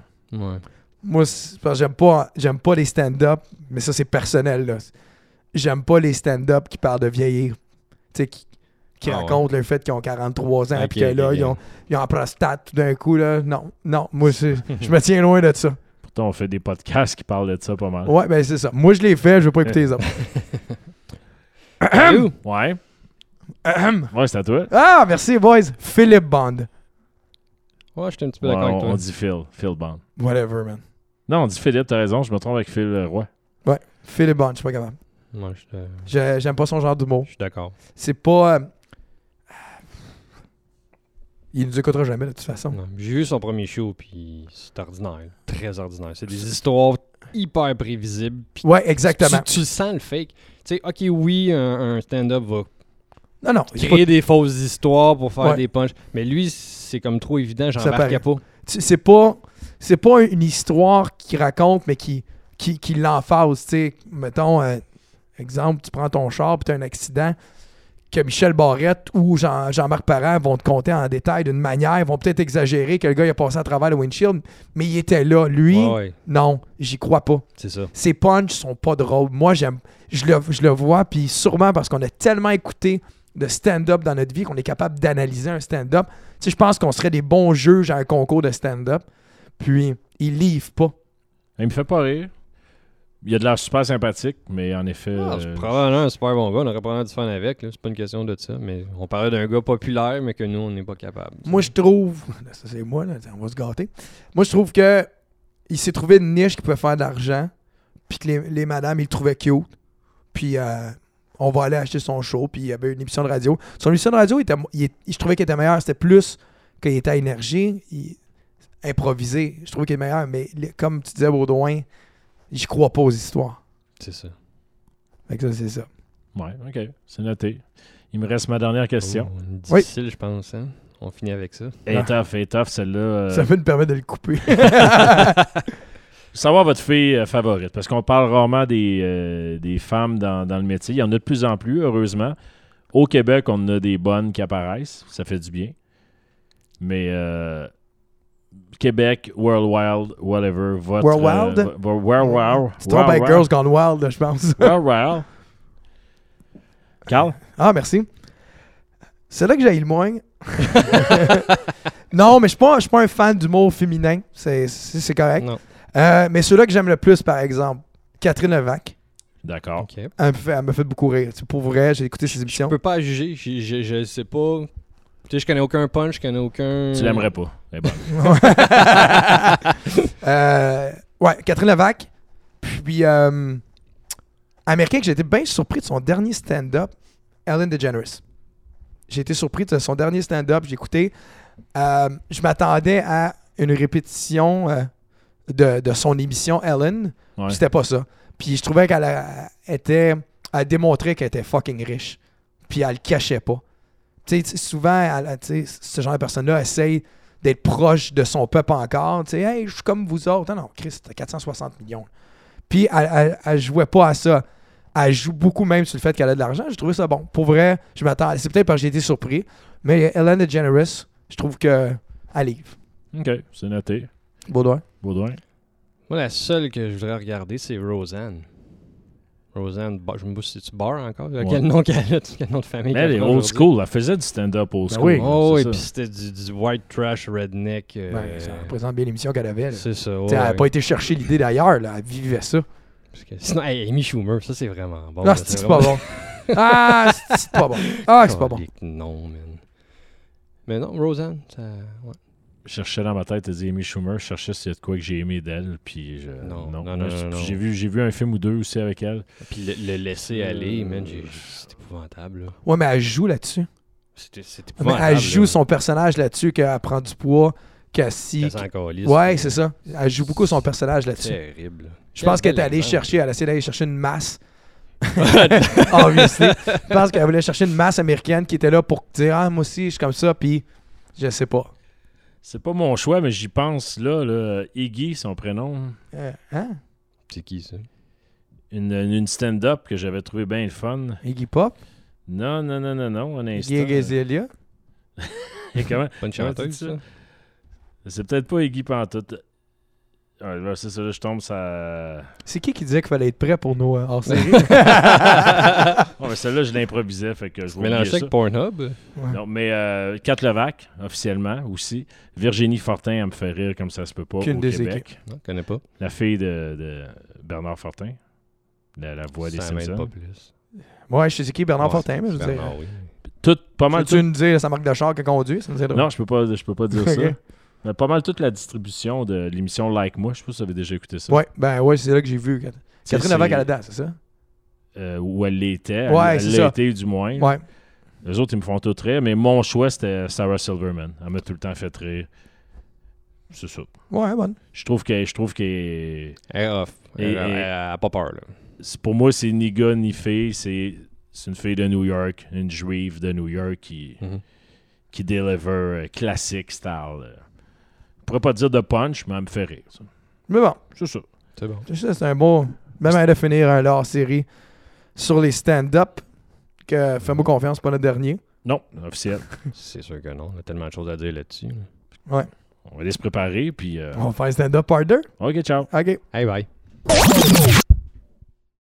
Speaker 3: Ouais.
Speaker 2: Moi, c'est parce que j'aime pas, j'aime pas les stand-up, mais ça, c'est personnel. là. J'aime pas les stand-up qui parlent de vieillir. Tu sais, qui, qui
Speaker 3: Ah ouais.
Speaker 2: racontent le fait qu'ils ont 43 ans et
Speaker 3: Ok,
Speaker 2: que là,
Speaker 3: ok, ok.
Speaker 2: ils, ont, ils ont en prostate tout d'un coup. Là. Non, non, moi, c'est- je me tiens loin de ça.
Speaker 1: Pourtant, on fait des podcasts qui parlent de ça pas mal.
Speaker 2: Ouais, ben c'est ça. Moi, je l'ai fait, je veux pas écouter les autres.
Speaker 3: Allô?
Speaker 1: Ouais,
Speaker 2: Ahem.
Speaker 1: ouais c'est à toi.
Speaker 2: ah, merci, boys. Philippe Bond.
Speaker 3: Ouais, j'étais un petit peu
Speaker 1: Ouais,
Speaker 3: d'accord
Speaker 1: on,
Speaker 3: avec toi.
Speaker 1: on dit Phil, Phil Bond.
Speaker 2: Whatever, man.
Speaker 1: Non, on dit Philippe, t'as raison, je me trompe avec Phil euh, Roy.
Speaker 2: Philippe Bond, je suis pas capable.
Speaker 3: Ouais, je suis-
Speaker 2: Je- J'aime pas son genre d'humour.
Speaker 3: je suis d'accord.
Speaker 2: C'est pas. euh, Il nous écoutera jamais, de toute façon.
Speaker 3: Non, J'ai vu son premier show, puis c'est ordinaire. Très ordinaire. C'est des histoires hyper prévisibles. puis
Speaker 2: Ouais, exactement.
Speaker 3: Tu, tu le sens le fake. Tu sais, ok, oui, un, un stand-up va
Speaker 2: Non, non. c'est pas-
Speaker 3: créer des fausses histoires pour faire
Speaker 2: Ouais.
Speaker 3: des punches. Mais lui, c'est comme trop évident, j'en
Speaker 2: Ça
Speaker 3: marquais pas.
Speaker 2: tu- c'est pas c'est pas une histoire qu'il raconte mais qui qui, qui l'emphase tu sais mettons euh, exemple tu prends ton char puis t'as un accident que Michel Barrette ou Jean- Jean-Marc Parent vont te compter en détail d'une manière, ils vont peut-être exagérer que le gars il a passé à travers le windshield, mais il était là. Lui,
Speaker 3: Ouais, ouais,
Speaker 2: non, j'y crois pas.
Speaker 3: c'est ça.
Speaker 2: Ses punchs sont pas drôles. Moi, j'aime, je le, je le vois, puis sûrement parce qu'on a tellement écouté de stand-up dans notre vie qu'on est capable d'analyser un stand-up. Tu sais, je pense qu'on serait des bons juges à un concours de stand-up. Puis, il livre pas.
Speaker 1: Il me fait pas rire. Il a de l'air super sympathique, mais en effet.
Speaker 3: Ah, c'est
Speaker 1: euh,
Speaker 3: probablement un super bon gars, on aurait probablement dû faire avec, là. c'est pas une question de ça, mais on parlait d'un gars populaire, mais que nous, on n'est pas capable.
Speaker 2: Moi, je trouve. Ça, c'est moi, là, on va se gâter. Moi, je trouve que il s'est trouvé une niche qui pouvait faire de l'argent. Puis que les, les madames, ils le trouvaient cute. Puis, euh, on va aller acheter son show. Puis, il y avait une émission de radio. Son émission de radio, il était, il est- je trouvais qu'il était meilleur. C'était plus qu'il était à énergie. Il, improvisé. Je trouvais qu'il est meilleur. Mais le- comme tu disais, Baudouin, je crois pas aux histoires.
Speaker 3: C'est ça.
Speaker 2: Fait que ça, c'est ça.
Speaker 1: Ouais, ok, c'est noté. Il me reste ma dernière question.
Speaker 3: Oh, difficile, je pense. hein. On finit avec ça.
Speaker 1: Et tough, et tough, celle-là. euh,
Speaker 2: Oh. Ça peut nous permettre de le couper.
Speaker 1: Savoir votre fille euh, favorite, parce qu'on parle rarement des, euh, des femmes dans, dans le métier. Il y en a de plus en plus, heureusement. Au Québec, on en a des bonnes qui apparaissent. Ça fait du bien. Mais euh, Québec, World Wild, whatever, votre...
Speaker 2: World Wild?
Speaker 1: euh, vo- vo- World Wild.
Speaker 2: tu te trompes
Speaker 1: World
Speaker 2: avec
Speaker 1: Wild.
Speaker 2: Girls Gone Wild, là, je pense.
Speaker 1: World Wild. Carl?
Speaker 2: Ah, merci. C'est là que j'ai le moins. non, mais je ne suis pas un fan du mot féminin. C'est- C'est c'est correct.
Speaker 3: Non.
Speaker 2: Euh, mais ceux-là que j'aime le plus, par exemple, Catherine Levac.
Speaker 1: D'accord.
Speaker 3: Ok.
Speaker 2: Elle me fait, elle me fait beaucoup rire. C'est pour vrai, j'ai écouté ses
Speaker 3: Je
Speaker 2: émissions.
Speaker 3: peux pas juger, je, je, je sais pas. Tu sais, je connais aucun punch, je connais aucun.
Speaker 1: Tu l'aimerais pas. Eh ben,
Speaker 2: Euh, ouais, Catherine Levac. Puis, euh, Américain, que j'ai été bien surpris de son dernier stand-up, Ellen DeGeneres. J'ai été surpris de son dernier stand-up, j'ai écouté. Euh, je m'attendais à une répétition euh, de, de son émission Ellen.
Speaker 1: ouais.
Speaker 2: Puis C'était pas ça. Puis je trouvais qu'elle a- était. Elle démontrait qu'elle était fucking riche. Puis elle le cachait pas. Tu sais, tu- souvent, elle- tu sais, ce genre de personne-là essaye d'être proche de son peuple encore. Tu sais, hey, je suis comme vous autres. Ah Non, non, Chris, t'as 460 millions. Puis elle, elle- elle jouait pas à ça. Elle joue beaucoup même sur le fait qu'elle a de l'argent. J'ai trouvé ça bon. Pour vrai, je m'attends. C'est peut-être parce que j'ai été surpris. Mais Ellen DeGeneres, je trouve que. Elle livre.
Speaker 1: OK, c'est noté.
Speaker 2: Baudouin.
Speaker 1: Baudouin?
Speaker 3: Moi, la seule que je voudrais regarder, c'est Roseanne. Roseanne, Barr- je me souviens si tu Barr encore.
Speaker 1: Ouais.
Speaker 3: Quel nom qu'elle a, quel nom de famille
Speaker 1: Mais elle est
Speaker 3: qu'elle a
Speaker 1: old
Speaker 3: aujourd'hui.
Speaker 1: school. Elle faisait du stand-up old
Speaker 2: Ben
Speaker 1: school.
Speaker 2: oui.
Speaker 1: là,
Speaker 3: Oh,
Speaker 1: c'est
Speaker 3: et
Speaker 1: ça.
Speaker 3: puis c'était du, du white trash redneck. euh,
Speaker 2: Ben, ça représente bien l'émission qu'elle avait. là.
Speaker 3: c'est ça, ouais.
Speaker 2: T'sais, Elle n'a
Speaker 3: ouais.
Speaker 2: pas été chercher l'idée d'ailleurs, là. elle vivait ça.
Speaker 3: Parce que- Sinon, hey, Amy Schumer, ça c'est vraiment bon.
Speaker 2: ah,
Speaker 3: là,
Speaker 2: c'est c'est
Speaker 3: vraiment-
Speaker 2: pas bon. Ah, c'est c'est pas bon. Ah, c'est pas bon.
Speaker 3: Colique, Non, man. Mais non, Roseanne, ça. ouais.
Speaker 1: Je cherchais dans ma tête, j'ai Amy Schumer, je cherchais s'il y a de quoi que j'ai aimé d'elle, puis je...
Speaker 3: Non, non,
Speaker 1: Moi,
Speaker 3: non, non,
Speaker 1: je-
Speaker 3: non.
Speaker 1: J'ai vu, j'ai vu un film ou deux aussi avec elle.
Speaker 3: Puis le, le laisser aller,
Speaker 1: Euh,
Speaker 3: man, j'ai- c'est épouvantable. là.
Speaker 2: Ouais, mais elle joue là-dessus.
Speaker 3: C'est c'est
Speaker 2: Ah, Mais
Speaker 3: épouvantable.
Speaker 2: elle joue
Speaker 3: là.
Speaker 2: son personnage là-dessus, qu'elle prend du poids, Cassie.
Speaker 3: Elle s'en calisse.
Speaker 2: Ouais, c'est ça. Elle joue beaucoup son personnage là-dessus.
Speaker 3: Terrible.
Speaker 2: Je pense qu'elle
Speaker 3: Quel
Speaker 2: est allée
Speaker 3: exemple.
Speaker 2: chercher, elle a essayé d'aller chercher une masse. Obviously. Je pense qu'elle voulait chercher une masse américaine qui était là pour dire Ah, moi aussi, je suis comme ça, puis je sais pas.
Speaker 1: C'est pas mon choix, mais j'y pense là, là. Iggy, son prénom.
Speaker 2: Euh, hein?
Speaker 3: C'est qui ça
Speaker 1: Une, une stand-up que j'avais trouvé bien le fun.
Speaker 2: Iggy Pop,
Speaker 1: Non, non, non, non, non, un instant.
Speaker 2: Iggy Azalea.
Speaker 1: Et comment-
Speaker 3: Pas une
Speaker 1: Comment tu dis
Speaker 3: chanteuse,
Speaker 1: ça?
Speaker 3: ça
Speaker 1: C'est peut-être pas Iggy Pantoute. Ah, là, c'est ça, là, je tombe, ça.
Speaker 2: C'est qui qui disait qu'il fallait être prêt pour nos euh, hors-séries?
Speaker 1: Oh, mais celle-là, je l'improvisais, fait que je vais
Speaker 3: Mélange ça
Speaker 1: oublier ça.
Speaker 3: avec Pornhub.
Speaker 2: Hein?
Speaker 1: Non, mais euh, Kat Levac, officiellement aussi. Virginie Fortin, elle me fait rire comme ça se peut pas.
Speaker 2: Aucune
Speaker 1: au
Speaker 2: des
Speaker 1: Québec.
Speaker 3: Non, je connais pas.
Speaker 1: La fille de, de Bernard Fortin, la, la voix des
Speaker 3: ça m'aide
Speaker 1: Simpsons.
Speaker 3: pas plus.
Speaker 2: ouais, je sais qui, Bernard
Speaker 3: Ouais,
Speaker 2: Fortin, mais je veux dire.
Speaker 3: Bernard, oui.
Speaker 1: Tout, pas mal
Speaker 2: Peux-tu nous dire sa marque de char qu'elle conduit? Ça nous aidera.
Speaker 1: Non, je peux pas, je peux pas dire
Speaker 2: Ok.
Speaker 1: ça. Mais pas mal toute la distribution de l'émission Like Moi. Je sais pas si vous avez déjà écouté ça.
Speaker 2: Ouais, ben ouais, c'est là que j'ai vu. Cat-
Speaker 1: Tu sais,
Speaker 2: Catherine Avant
Speaker 1: c'est-
Speaker 2: à la date, c'est ça?
Speaker 1: euh, où elle l'était. Elle-
Speaker 2: Ouais,
Speaker 1: elle
Speaker 2: c'est
Speaker 1: l'a
Speaker 2: ça.
Speaker 1: été, du moins.
Speaker 2: Ouais.
Speaker 1: Les autres, ils me font tout rire. Mais mon choix, c'était Sarah Silverman. Elle m'a tout le temps fait rire. C'est ça.
Speaker 2: Ouais, bonne.
Speaker 1: Je trouve que je trouve que
Speaker 3: Elle est off. Elle
Speaker 1: Et-
Speaker 3: elle-
Speaker 1: et-
Speaker 3: elle a pas peur, là.
Speaker 1: c'est- pour moi, c'est ni gars ni fille. C'est c'est une fille de New York, une juive de New York qui
Speaker 3: Mhm.
Speaker 1: qui deliver euh, classique style. euh. Je pourrais pas dire de punch, mais elle me fait rire. ça.
Speaker 2: Mais bon,
Speaker 1: C'est ça.
Speaker 3: C'est bon.
Speaker 2: je sais, c'est un beau. Même à finir un hors-série sur les stand-up, que fais-moi confiance, c'est pas le dernier.
Speaker 1: Non, officiel.
Speaker 3: C'est sûr que non. On a tellement de choses à dire là-dessus. là.
Speaker 1: On va aller se préparer, puis... euh,
Speaker 2: On va faire un stand-up part 2.
Speaker 1: OK, ciao.
Speaker 2: OK.
Speaker 3: Hey, bye.